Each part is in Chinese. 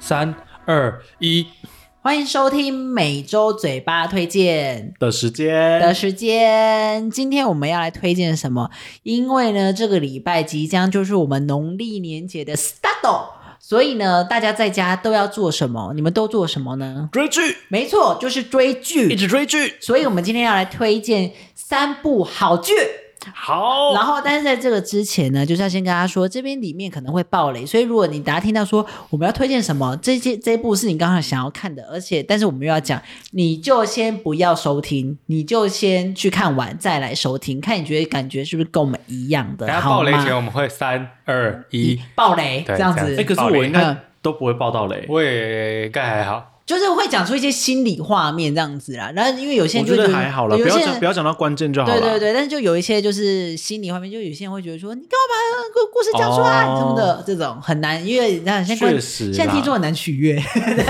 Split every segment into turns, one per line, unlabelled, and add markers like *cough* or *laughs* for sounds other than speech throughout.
三二一
欢迎收听每周嘴巴推荐
的时间
的时间。今天我们要来推荐什么？因为呢，这个礼拜即将就是我们农历年节的 start，所哦以呢，大家在家都要做什么？你们都做什么呢？
追剧，
没错，就是追
一
剧。
直追剧，
所以我们今天要来推荐三部好剧。
好，
然后，但是在这个之前呢，就是要先跟大家说，这边里面可能会爆雷，所以如果你大家听到说我们要推荐什么，这些这一部是你刚好想要看的，而且但是我们又要讲，你就先不要收听，你就先去看完再来收听，看你觉得感觉是不是跟我们一样的
等，下
好
爆雷前，
吗？
我们会三二一。
爆雷
对
这样子
这
哎，
样
可是
爆雷
我应该
嗯
都不会报到雷，
我也该还好，
就是会讲出一些心理画面这样子啦。然后因为有些
我
人
觉
就
得
觉
还好了，
有
不要
些
讲
人
不要讲到关键就好
对
了。
对对，但是就有一些就是心理画面，就有些人会觉得说，你干嘛把故故事讲出来、
哦
什么的，这种很难，因为你知道现在观
确实啦
现在听众很难取悦，对，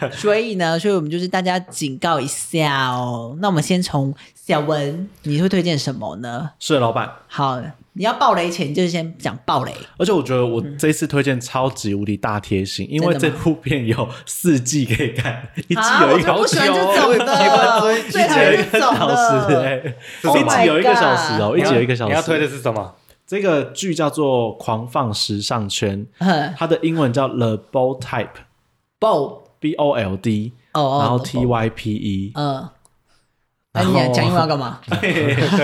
对所以呢，所以我们就是大家警告一下哦。那我们先从小文，你会推荐什么呢？
是的老板。
好，你要爆雷前就先讲爆雷，
而且我觉得我这一次推荐超级无敌大贴心，因为
嗯真
这
的吗
部片有四季可以看， *laughs* 一季
啊，
有
我
一
就
个
不喜欢这种
有
的，
一
最讨
有一
厌
个
这种
小时，
的。
哎，
Oh
一集有一个小时
my
哦，一集有一个小时。
你要推的是什么？
这个剧叫做《狂放时尚圈》，
哼
它的英文叫 The Bold Type。
*laughs* 爆
B O L D，
哦哦，
然后
爆
T Y P E，
嗯，那你讲讲英文要干嘛？
*laughs* 它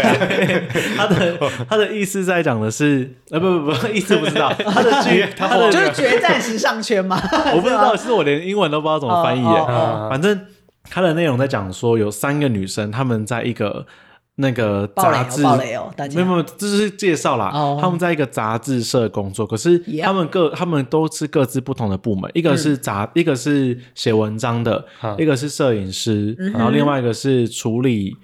啊的它的意思在讲的是，呃，不不不，意思不
*laughs*
知道，它的剧，它的
就是决战时尚圈
*laughs*
嘛，
我不知道，是我连英文都不知道怎么翻译耶。
哦
嗯
反正它的内容在讲说，有三个女生，她们在一个那个
爆雷
杂
哦
志，
爆雷哦，大
没有
家
没有，这是介绍啦。
哦
他们在一个杂志社工作，可是
Yeah 嗯
他们各他们都是各自不同的部门，一个是杂，一个是写文章的，
嗯
一个是摄影师，
嗯哼
然后另外一个是处理。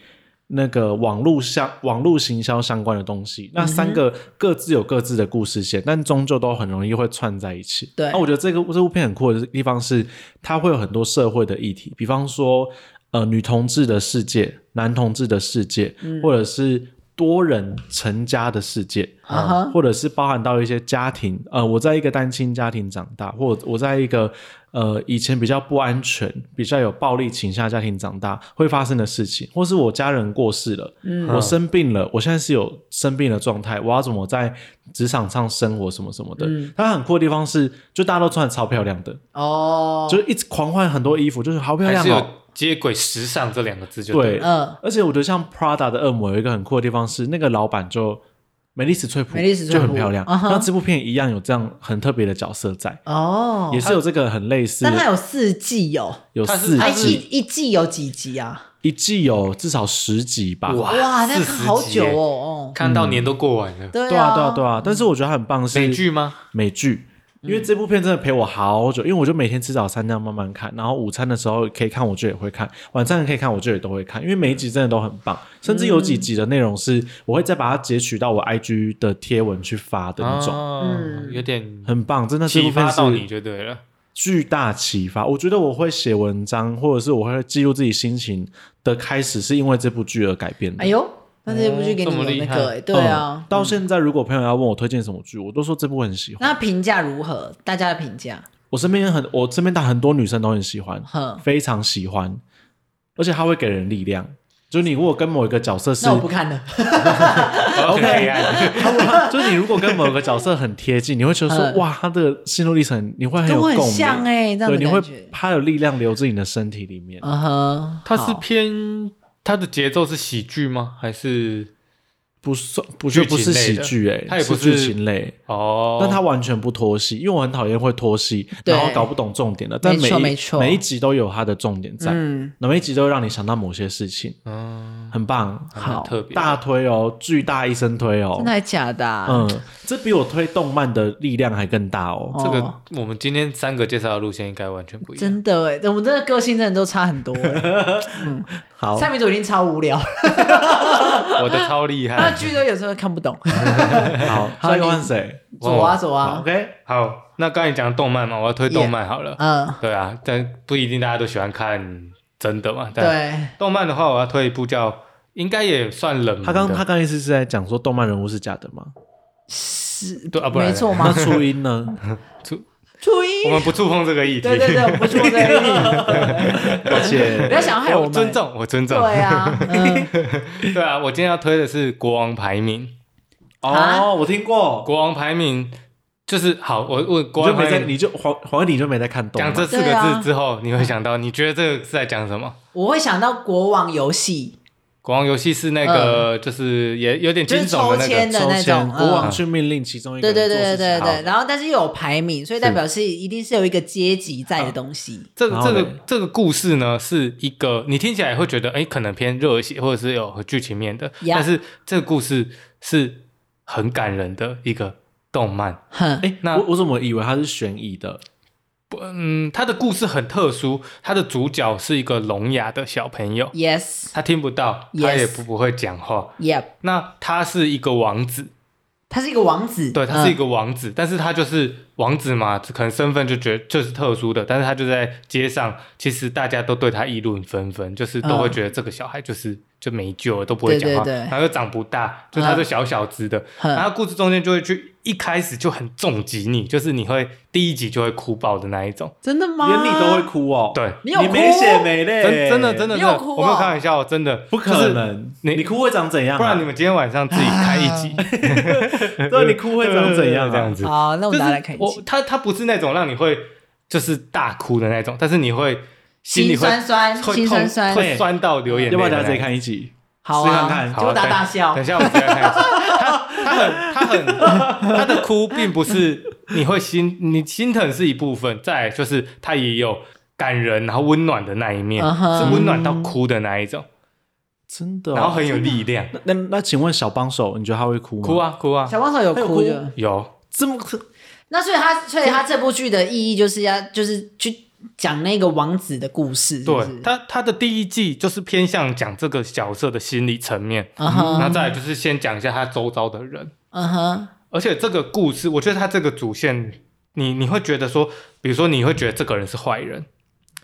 那个网络相网络行销相关的东西，
嗯
那三个各自有各自的故事线，但终究都很容易会串在一起。
对
那我觉得这个这部片很酷的地方是，它会有很多社会的议题，比方说呃女同志的世界、男同志的世界，
嗯
或者是多人成家的世界，
啊哈
或者是包含到一些家庭，呃，我在一个单亲家庭长大，或我在一个呃以前比较不安全、比较有暴力倾向的家庭长大会发生的事情，或是我家人过世了，
嗯
我生病了，我现在是有生病的状态，我要怎么在职场上生活什么什么的。
嗯
它很酷的地方是，就大家都穿的超漂亮的，
哦，
就是一直狂换很多衣服，就是好漂
还
亮
是
哦。
有接轨“时尚”这两个字就
对，
了
嗯
而且我觉得像 Prada 的恶魔有一个很酷的地方是，那个老板就美丽史翠普，
美丽史翠
就
普
很漂亮。
嗯哼
那这部片一样有这样很特别的角色在，
哦
也，是有这个很类似
但它
的，
有四季哦，
有
它是
四
哎
它
一
季，
一季有几集啊？
一季有至少十集吧。
哇
哇，那
40
看好久哦，嗯哦，
看到年都过完了，
对
对啊，对啊，对啊！但是我觉得它很棒是
美剧吗？
美剧，
嗯
因为这部片真的陪我好久，因为我就每天吃早餐这样慢慢看，然后午餐的时候可以看，我就也会看；晚上可以看，我就也都会看，因为每一集真的都很棒，
嗯
甚至有几集的内容是我会再把它截取到我 IG 的贴文去发的那种，
嗯，有点
很棒，真的这部
启
片
发到你
是
就对了。
巨大启发。我觉得我会写文章，或者是我会记录自己心情的开始，是因为这部剧而改变的。
哎呦，那这部剧给
哦这
你
么
有那
厉害
个，哎对啊
嗯，到现在如果朋友要问我推荐什么剧，我都说这部很喜欢。
那评价如何？大家的评价，嗯
我身边很，我身边的很多女生都很喜欢，
哼，
非常喜欢，而且它会给人力量。就你如果跟某一个角色是
那我不看了，
*laughs*
OK 啊，
就是你如果跟某个角色很贴近，你会觉得说
嗯
哇，他的心路历程你会很
跟
有
我很
共
像
鸣，
哎，这样
对，
的
你会
感觉，
它有力量流进你的身体里面。
嗯哼，
它是
好
偏它的节奏是喜剧吗？还是
不算，不就不是喜剧哎，
它也不
是剧
是
情类，
哦？
但它完全不拖戏，因为我很讨厌会拖戏，
对
然后搞不懂重点的。但
没
每
错没
一
错
每一集都有它的重点在，
嗯，
那每一集都会让你想到某些事情，
嗯，
很棒，
还
好
蛮特别的，
大推哦，巨大一声推哦
真的，还假的啊？
嗯，这比我推动漫的力量还更大哦。
这
哦
个我们今天三个介绍的路线应该完全不一样。
真的哎，我们真的个性真的都差很
*laughs*
多哎。
好，
蔡明祖已经超无聊，
我的超厉
他的
害。
剧都啊有时候看不懂。
嗯
*laughs*
好，
哦好
下一个
你
换谁？
走啊走
好
啊，
，OK，
好，那刚才讲动漫嘛，我要推动漫好了。
嗯，
对啊，但不一定大家都喜欢看真的嘛。但
对，
动漫的话，我要推一部叫，应该也算冷门的。
他刚他刚意思是在讲
*laughs*
说动漫人物是假的吗？
是，
对啊不然 *laughs*
没
呢
错
那
嘛。 *laughs*
初音呢？
初
初
我
一，
们不触碰这个议题。
对对
*laughs*
对，我们不是我的
抱歉
不要想害
我
们，
尊重，我尊重。*laughs*
对啊，嗯，
对啊，我今天要推的是国王排名。
啊
哦，我听过，
国王排名就是好，我我国
你
王
就没
排
在，
名
你就黄黄伟你就没在看动
讲
漫，
这四个
对啊
字之后，你会想到，你觉得这个是在讲什么？
我会想到国王游戏，
国王游戏是那个，就是也有点
嗯就
惊
是
悚
抽
的那
签
个。
的
抽
那
签
种，
国
嗯
王去命令其中一个
对
人
对对对
做事
对
情好
对，然后但是又有排名，所以代表是一定是有一个阶级在的东西。
这个
然后
这个
嘞
这个故事呢，是一个你听起来会觉得，哎，可能偏热血，或者是有剧情面的
Yeah
但是这个故事是很感人的一个动漫。
哼，
哎，
那
我我怎么以为它是悬疑的？
不嗯，它的故事很特殊，它的主角是一个聋哑的小朋友，
Yes,
他听不到，他
Yes
也不不会讲话。
Yep，
那他是一个王子，
他是一个王子，
对，他是一
嗯
个王子，但是他就是王子嘛，可能身份就觉就是特殊的，但是他就在街上，其实大家都对他议论纷纷，就是都会
嗯
觉得这个小孩就是、就没救了，都不会
对
讲话，
对对
然后又长不大，就他就小小只的，
嗯
然后故事中间就会去一开始就很重击你，就是你会第一集就会哭爆的那一种，
真的吗？
连你都会，哭哦，
对，
啊你有哭？
没血没泪，
真真的真的
你
真
有
的，
哭哦
我没有开玩笑，真的
不可，能，
你
你哭会长怎样啊？
不然你们今天晚上自己开一集，
对，啊你 *laughs* 哭会长怎
*laughs*
样啊？
这样子。
好，那我
就
们
是
哦大家来看一
我
集，
他他不是那种让你会就是大哭的那种，但是你会心里会
心酸酸，
会
心
痛
酸酸，
会酸到流眼泪。
要不然大家自己？看一集，
好
试看
啊，
看
结
好
果大
等
大笑
等一，下，我们再看一下。他他很他很他的哭并不是你会心你心疼是一部分，再来就是他也有感人然后温暖的那一面
嗯哼
是温暖到哭的那一种，
真的哦。
然后很有力量，
嗯
那那那，请问小帮手，你觉得他会哭吗？
哭！啊哭啊，
小帮手有哭
他有
的。
有
这么
那所以他，所以他这部剧的意义就是要就是去讲那个王子的故事，是不
对
是？
他他的第一季就是偏向讲这个角色的心理层面，
嗯哼
那再来就是先讲一下他周遭的人，
嗯哼，
而且这个故事，我觉得他这个主线，你你会觉得说，比如说你会觉得这个人是坏人，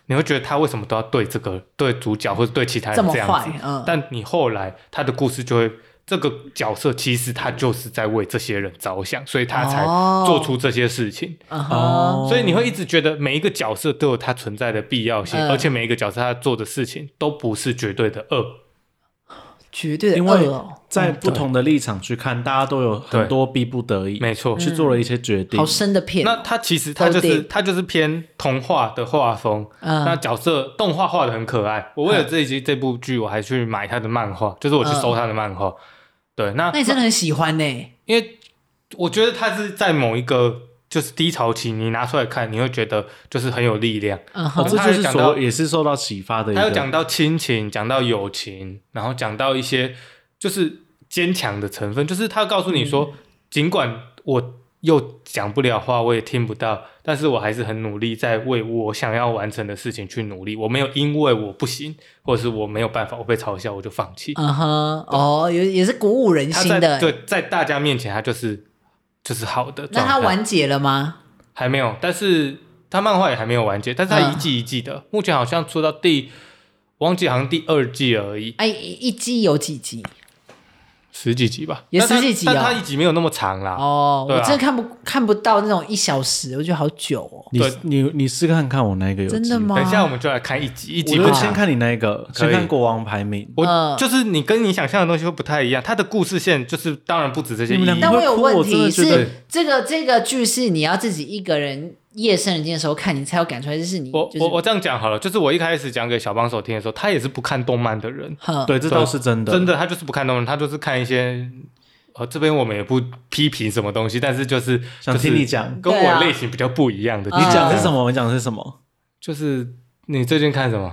你会觉得他为什么都要对这个对主角或者对其他
这
人
么
这样子
坏，，嗯，
但你后来他的故事就会。这个角色其实他就是在为这些人着想，所以他才
哦
做出这些事情。
嗯哼，
哦，
所以你会一直觉得每一个角色都有它存在的必要性，
嗯
而且每一个角色他做的事情都不是绝对的恶。
绝对的
因
恶
为
哦，
在不同的立场去看，大家都有很多逼不得已，
没错，
去做了一些决定
好。深的片，
嗯那它其实它就
头
是
顶
它就是偏童话的画风，
嗯
那角色动画画的很可爱。我为了这一集这部剧，我还去买它的漫画，就是我去搜它的漫画。对，那
嗯那你真的很喜欢呢、
因为我觉得它是在某一个就是低潮期，你拿出来看，你会觉得就是很有力量。
嗯
哦，
哼，
这就是
他有讲到
所也是受到启发的一
他有
个。
讲到亲情，讲到友情，然后讲到一些就是坚强的成分，就是他告诉你
嗯
说，尽管我又讲不了话，我也听不到，但是我还是很努力在为我想要完成的事情去努力。我没有因为我不行，或者是我没有办法，我被嘲笑我就放弃。
嗯哼，哦，也也是鼓舞人
他
心
在
的、
对在大家面前，他就是就是好的
那
状态。
它完结了吗？
还没有，但是他漫画也还没有完结，但是他
嗯
一季一季的，目前好像出到第。忘记好像第二季而已，
哎，一一季有几集？
十几集吧，
也
但它
十几集哦
啊
但它一集没有那么长啦。
哦，
对啊
我真的看不看不到那种一小时，我觉得好久哦。
你
对
你你试看看我那个有
真的吗
等一下我们就来看一集，一
我呃
集不
就
长
先。看你那个，
可以
先看国王排名。
我、
嗯
就是你跟你想象的东西会不太一样，它的故事线就是当然不止这些意
你们
义
但
两。个
我有问
你
题
会哭我真的觉得
是，这个这个剧是你要自己一个人夜深人静的时候看，你才有感出来，这是你
我
就是
我我这样讲好了，就是我一开始讲给小帮手听的时候，他也是不看动漫的人，
哼
对，这倒是真的。
真的他就是不看动漫，他就是看一些。呃，这边我们也不批评什么东西，但是就是
想听你，讲
就是
对
跟
啊
我类型比较不一样的。
嗯
啊你讲的是什？么？我讲的是什么？
就是你最近看什么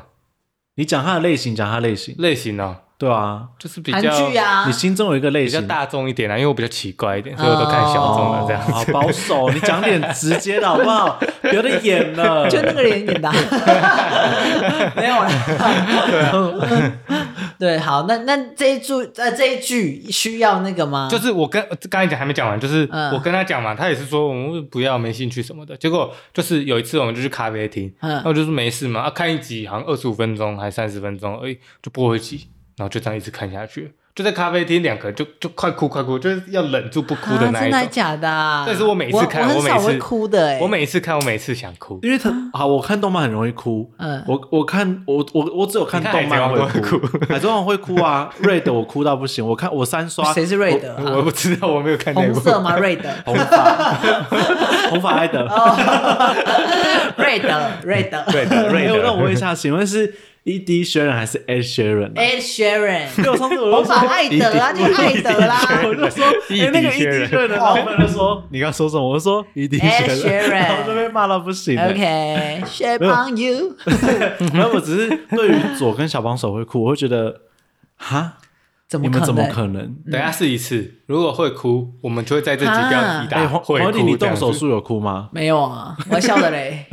你讲它的类型，讲它类型，
类型呢？
对啊。
就是比
韩
较
剧啊
你，心中有一个类
比较
型，
大众一点啦，啊因为我比较奇怪一点，所以我都看小众的
哦
这样子。
哦好保守，你讲点直接的好不好？不要再演了。
就那个人
*laughs*
演的啊，没有啦。
啊
*laughs* 对，好，那那这一注呃这一句需要那个吗？
就是我跟刚才讲还没讲完，就是
嗯
我跟他讲嘛，他也是说我们不要没兴趣什么的。结果就是有一次我们就去咖啡厅，
嗯
然后就说没事嘛，哎啊看一集好像二十五分钟还三十分钟而已，就播一集，然后就这样一直看下去，就在咖啡厅，两个人就就快哭快哭，就是要忍住不哭的
啊
那
真
一
的
种。
假的啊？
但是我每次看
我
我
很
每
少
次
会哭的哎，
我每次看，我每次想哭。
因为他啊，我看动漫很容易哭。
嗯
我我看我我我只有看动漫会
你看海贼王
哭
会，
*laughs* 海贼王会哭啊，瑞德我哭到不行，我看我三刷
谁是瑞德啊？
我不知道，我没有看那
红
部。
色吗？瑞德，
红发红发艾德，
*laughs* 瑞德，瑞德
对
*laughs*
的，瑞
没有让我
德。
问一下，请问是 E D 薛仁还是 Ed 薛仁啊？
，Ed Sheeran，
对，我上次我
红
就
发
说。
艾德啊，就
*laughs*
艾德啦
我就说，
异地
哎，那个 E
薛
D
仁
薛仁，然后我们就说哦你刚说什么？我说 E D
哎
薛
薛
仁，
仁
*laughs* 然后就被骂到不行。
，OK，
*laughs*
shape on you，
没有，我只是对于左跟小帮手会哭，我会觉得，哈，
怎
你
么
们
可
怎么
能？
可能？
等一下试一次，如果会哭，我们就会在这集标题
哎，
打
黄
会
黄弟，
哭
你
这样
动
子。
手术有哭吗？
没有啊，我笑
*laughs*
的嘞，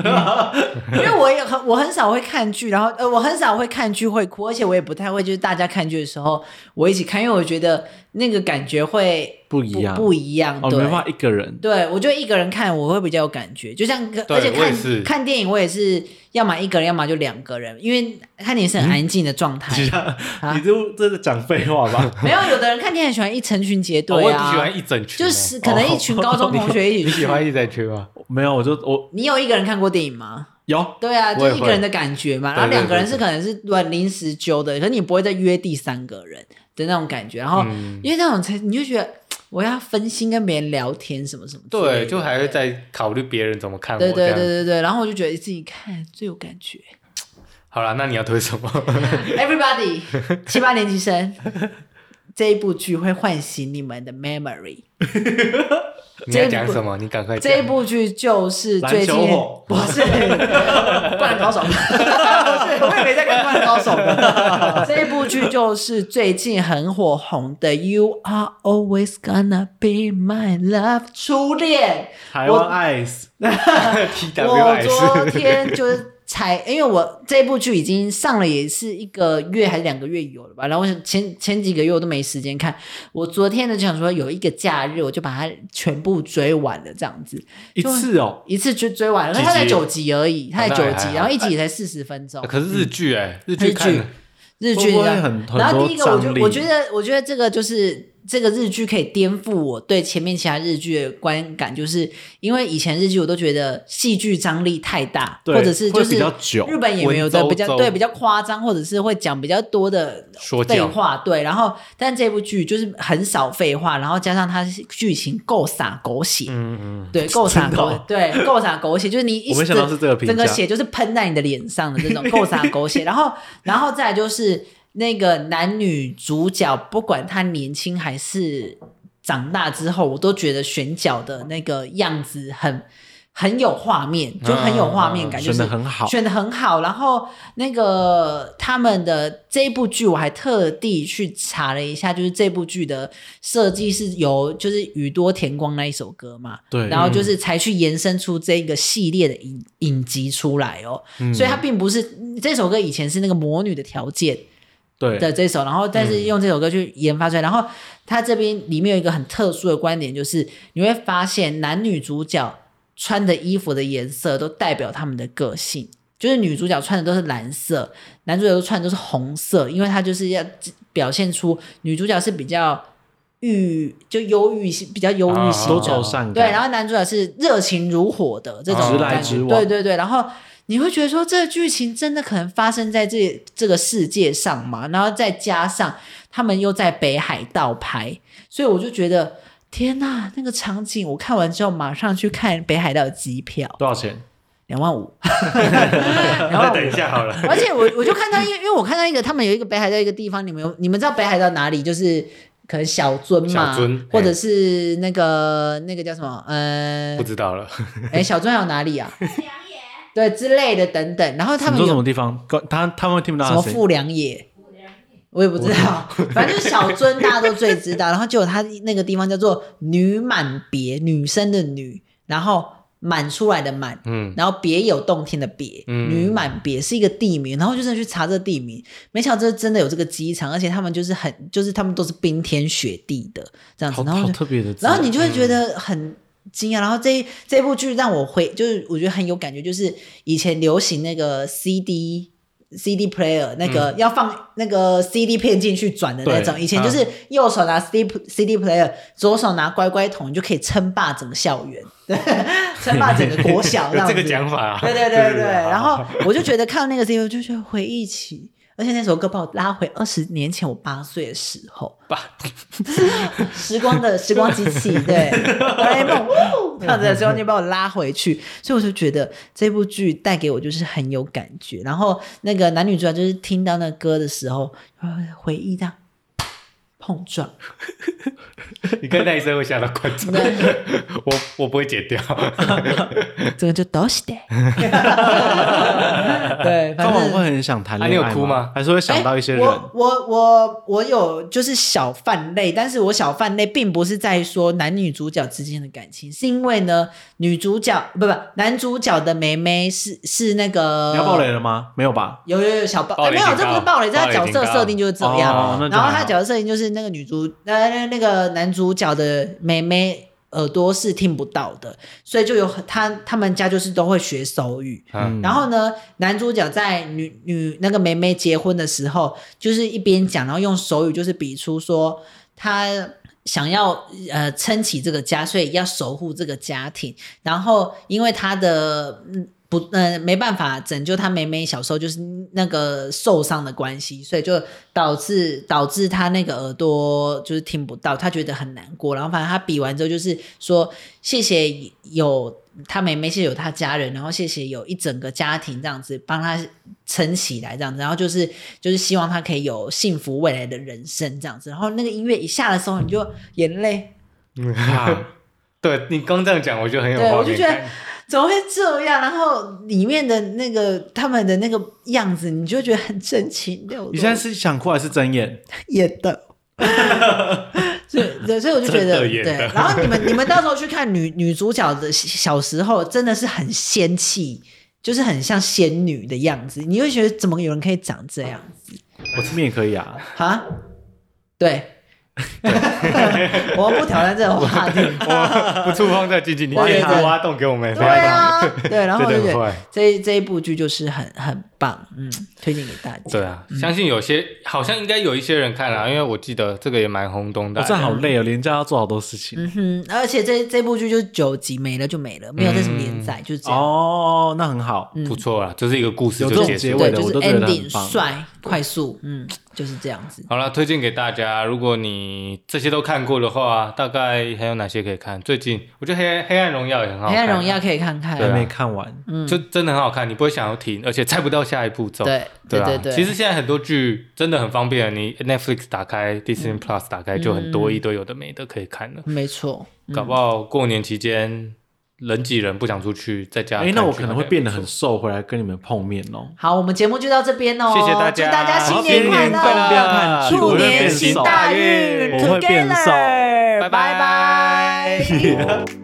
因为我也很我很少会看剧，然后呃我很少会看剧会哭，而且我也不太会就是大家看剧的时候我一起看，因为我觉得那个感觉会
不一样
不一样，
哦，
对
没办法，一个人。
对，我就一个人看，我会比较有感觉。就像，而且
我也是
看看电影，我也是要么一个人，要么就两个人，因为看电影是很安静的状
*laughs*
态。
啊
等一下， *laughs* 你这这是讲废话吧？
没有，有的人看电影喜欢一成群结
哦
队
我也
啊，
不喜欢一整群欸。
就是可能一群高中同学一
*laughs* 你
起
喜
去。
欢一整群哦
*laughs*
吗？
*laughs* 没有，我就我
你有一个人看过电影吗？
有
对啊，
我
就
也
一个
会
人的感觉嘛。然后
对对
两个人
对
是可能是乱临时揪的，可是你不会再约第三个人的那种感觉。然后
嗯
因为那种才你就觉得我要分心跟别人聊天什么什么之类的。
对，就还会在考虑别人怎么看我
对
这
对
样
对。对对。然后我就觉得自己看最有感觉。
好了，那你要推什么？
*laughs*
*laughs*
Everybody，七八年级生，这一部剧会唤醒你们的 memory。
你要讲什么？你赶快讲。
这一部剧就是最近
篮球火
不是《 *laughs* 灌篮 *laughs* 高手》，不是我也没在看《灌篮高手》的。这一部剧就是最近很火红的《You Are Always Gonna Be My Love》初 *laughs* 恋。
台湾 Ice，
T
我昨
W
天就是才，因为我这部剧已经上了，也是一个月还是两个月有了吧。然后我想前前几个月我都没时间看，我昨天呢就想说有一个假日，我就把它全部追完了，这样子
一次哦，
一次就追完了。
几集
它才九集而已，它才
那
九
还好
集，然后一集也才四十分钟
S。。可是日剧哎，日
日
剧看
剧
了，
日
会
剧
不会
呢
很很
然后
多
第一个我就
张力
我觉得我觉得这个就是。这个日剧可以颠覆我对前面其他日剧的观感，就是因为以前日剧我都觉得戏剧张力太大，
对
或者是就
会比
是
较久
日本演员有的
文绉绉
比较对比较夸张，或者是会讲比较多的
说
废
教
话，对。然后，但这部剧就是很少废话，然后加上它是剧情够洒狗血，
嗯
*laughs*
嗯，
对，够洒
*laughs* 真的
狗
哦，
对，够洒狗血，就是你一
我没想到是这个评价
整个血就是喷在你的脸上的这
*laughs*
种够洒狗血。然后，然后再来就是那个男女主角，不管他年轻还是长大之后，我都觉得选角的那个样子很很有画面，就很有画面感，就
选
是
啊的很好，
选的很好。然后那个他们的这一部剧，我还特地去查了一下，就是这部剧的设计是由就是宇多田光那一首歌嘛，
对，嗯
然后就是才去延伸出这个系列的影影集出来哦。所以它并不是这首歌以前是那个魔女的条件，
对
的这首，然后但是用这首歌去研发出来，然后它这边里面有一个很特殊的观点，就是你会发现男女主角穿的衣服的颜色都代表他们的个性，就是女主角穿的都是蓝色，男主角都穿的都是红色，因为他就是要表现出女主角是比较。郁就忧郁性比较忧郁型
啊
的，
多愁
善感
对，然后男主角是热情如火的这种
直来
感觉
直往
对对对，然后你会觉得说，这个剧情真的可能发生在这这个世界上吗？然后再加上他们又在北海道拍，所以我就觉得天呐，那个场景我看完之后马上去看北海道的机票，
多少钱？
两万五，两万
再嗯等一
五。
下好了。
而且我我就看到一个，因为我看到一个，他们有一个北海道一个地方，你们有你们知道北海道哪里？就是可能小樽嘛，
小樽哎
或者是那个那个叫什么呃
不，知道了，
*laughs*
哎、小樽还有哪里啊？对之类的等等，然后他
你
们
说
有
什么地方？关他他们听不到
什
他
么
的声音
富良野，我也不知道， *laughs* 反正就是小樽大家都最知道。然后结果他那个地方叫做女满别，女生的女，然后满出来的满，
嗯，
然后别有洞天的别，
嗯
女满别是一个地名。然后我就真的去查这个地名，没想到这真的有这个机场，而且他们就是很，就是他们都是冰天雪地的这样子
好，
然后
好
就
特别的字，
然后你就会
嗯
觉得很惊讶。然后这一这部剧让我回，就是我觉得很有感觉，就是以前流行那个 CD。 CD player 那
嗯
个、要放那个 CD 片进去转的那种，
对
以
嗯
前就是右手拿 CD p- CD player，左手拿乖乖桶，你就可以称霸整个校园， *laughs* 对，称霸整个国小这
有 *laughs*
样
这个
子
讲法啊，
*laughs* 对
对
对对对，然后我就觉得看到那个 CD，我就觉得回忆起，而且那首歌把我拉回二十年前我八岁的时候，
八
*laughs* 时光的时光机器，对，哆啦 A 梦呜这样子的时候就把我拉回去，所以我就觉得这部剧带给我就是很有感觉。然后那个男女主角就是听到那歌的时候，呃回忆这样碰撞，
*laughs* 你跟那一声会吓到观众，我我不会剪掉，
这个就 *laughs* 都是的，对，
但
反
我
正
会很想谈恋爱、
啊你有哭吗
还是会想到一些人？
欸我我我我有就是小泛泪，但是我小泛泪并不是在说男女主角之间的感情，是因为呢，女主角不不男主角的妹妹是是那个
你要爆雷了
呃
吗？没有吧？
有有有小爆，
暴
哎
雷
没有，
警
这不
告
是暴雷，这
暴
他
雷
角
警
色
告
设定就是这样。
哦那就
然后
还
他
好
角色设定就是那个女主，呃，那那个男主角的妹妹耳朵是听不到的，所以就有很他他们家就是都会学手语。
嗯
然后呢，男主角在女女那个妹妹结婚的时候，就是一边讲，然后用手语就是比出说他想要呃撑起这个家，所以要守护这个家庭。然后因为他的嗯不呃没办法拯救他妹妹小时候就是那个受伤的关系，所以就导致导致他那个耳朵就是听不到，他觉得很难过。然后反正他比完之后就是说谢谢有他妹妹，谢谢有他家人，然后谢谢有一整个家庭这样子帮他撑起来这样子，然后就是就是希望他可以有幸福未来的人生这样子。然后那个音乐一下的时候，你就眼泪。
啊
*laughs* 对你刚这样讲，我觉得很有
对
画
我就
面
觉得
感 *laughs*
怎么会这样？然后里面的那个他们的那个样子，你就觉得很真情流露。
你现在是想哭还是睁眼？
演的。 *laughs* 所以，对，所以我就觉
真
得，
的
对。
演的
然后你们，你们到时候去看女女主角的小时候，真的是很仙气，就是很像仙女的样子。你会觉得，怎么有人可以长这样
我这边也可以啊。
啊？对， *laughs* 我们不挑战这种话题。
我不触碰这禁忌，你
我
可
也
以
觉得
挖洞给我们，
对啊，对，然后我就
真
觉
的很
得
坏
这一这一部剧就是很很棒，嗯，推荐给大家。
对啊，相信有些好像应该有一些人看了、因为我记得这个也蛮轰动的。哎
我这好累哦，连假要做好多事情。
嗯哼，而且这这部剧就是九集没了就没了，没有再什么连载，就是这样。
哦，那很好。
嗯
不错啦，就是一个故事
有
就
这种
结
结
束了。
对，
尾的
就
我
是
都觉得很
ending
棒
帅快速，嗯，就是这样子。
好了，推荐给大家，如果你这些都看过的话，大概还有哪些可以看？最近我觉得黑《黑暗荣耀》也很好
黑
看，
暗荣耀可以看看，
还
对啊
没看完，
嗯
就真的很好看，你不会想要停，而且猜不到下一步骤。
对
对啊
对对，
其实现在很多剧真的很方便，你 Netflix 打开、Disney
嗯
Plus 打开，就很多一堆有的没的可以看了。
没错，嗯
搞不好过年期间人挤人，不想出去，在家看
哎
剧。，
那我可能会变得很瘦，回来跟你们碰面哦。
好，我们节目就到这边哦，
谢谢大家
祝大家新
新
快
年快乐
乐，
我
兔
会
年
变
行
瘦
大运，
我会变瘦
together，
拜
拜
*laughs*
拜。
拜。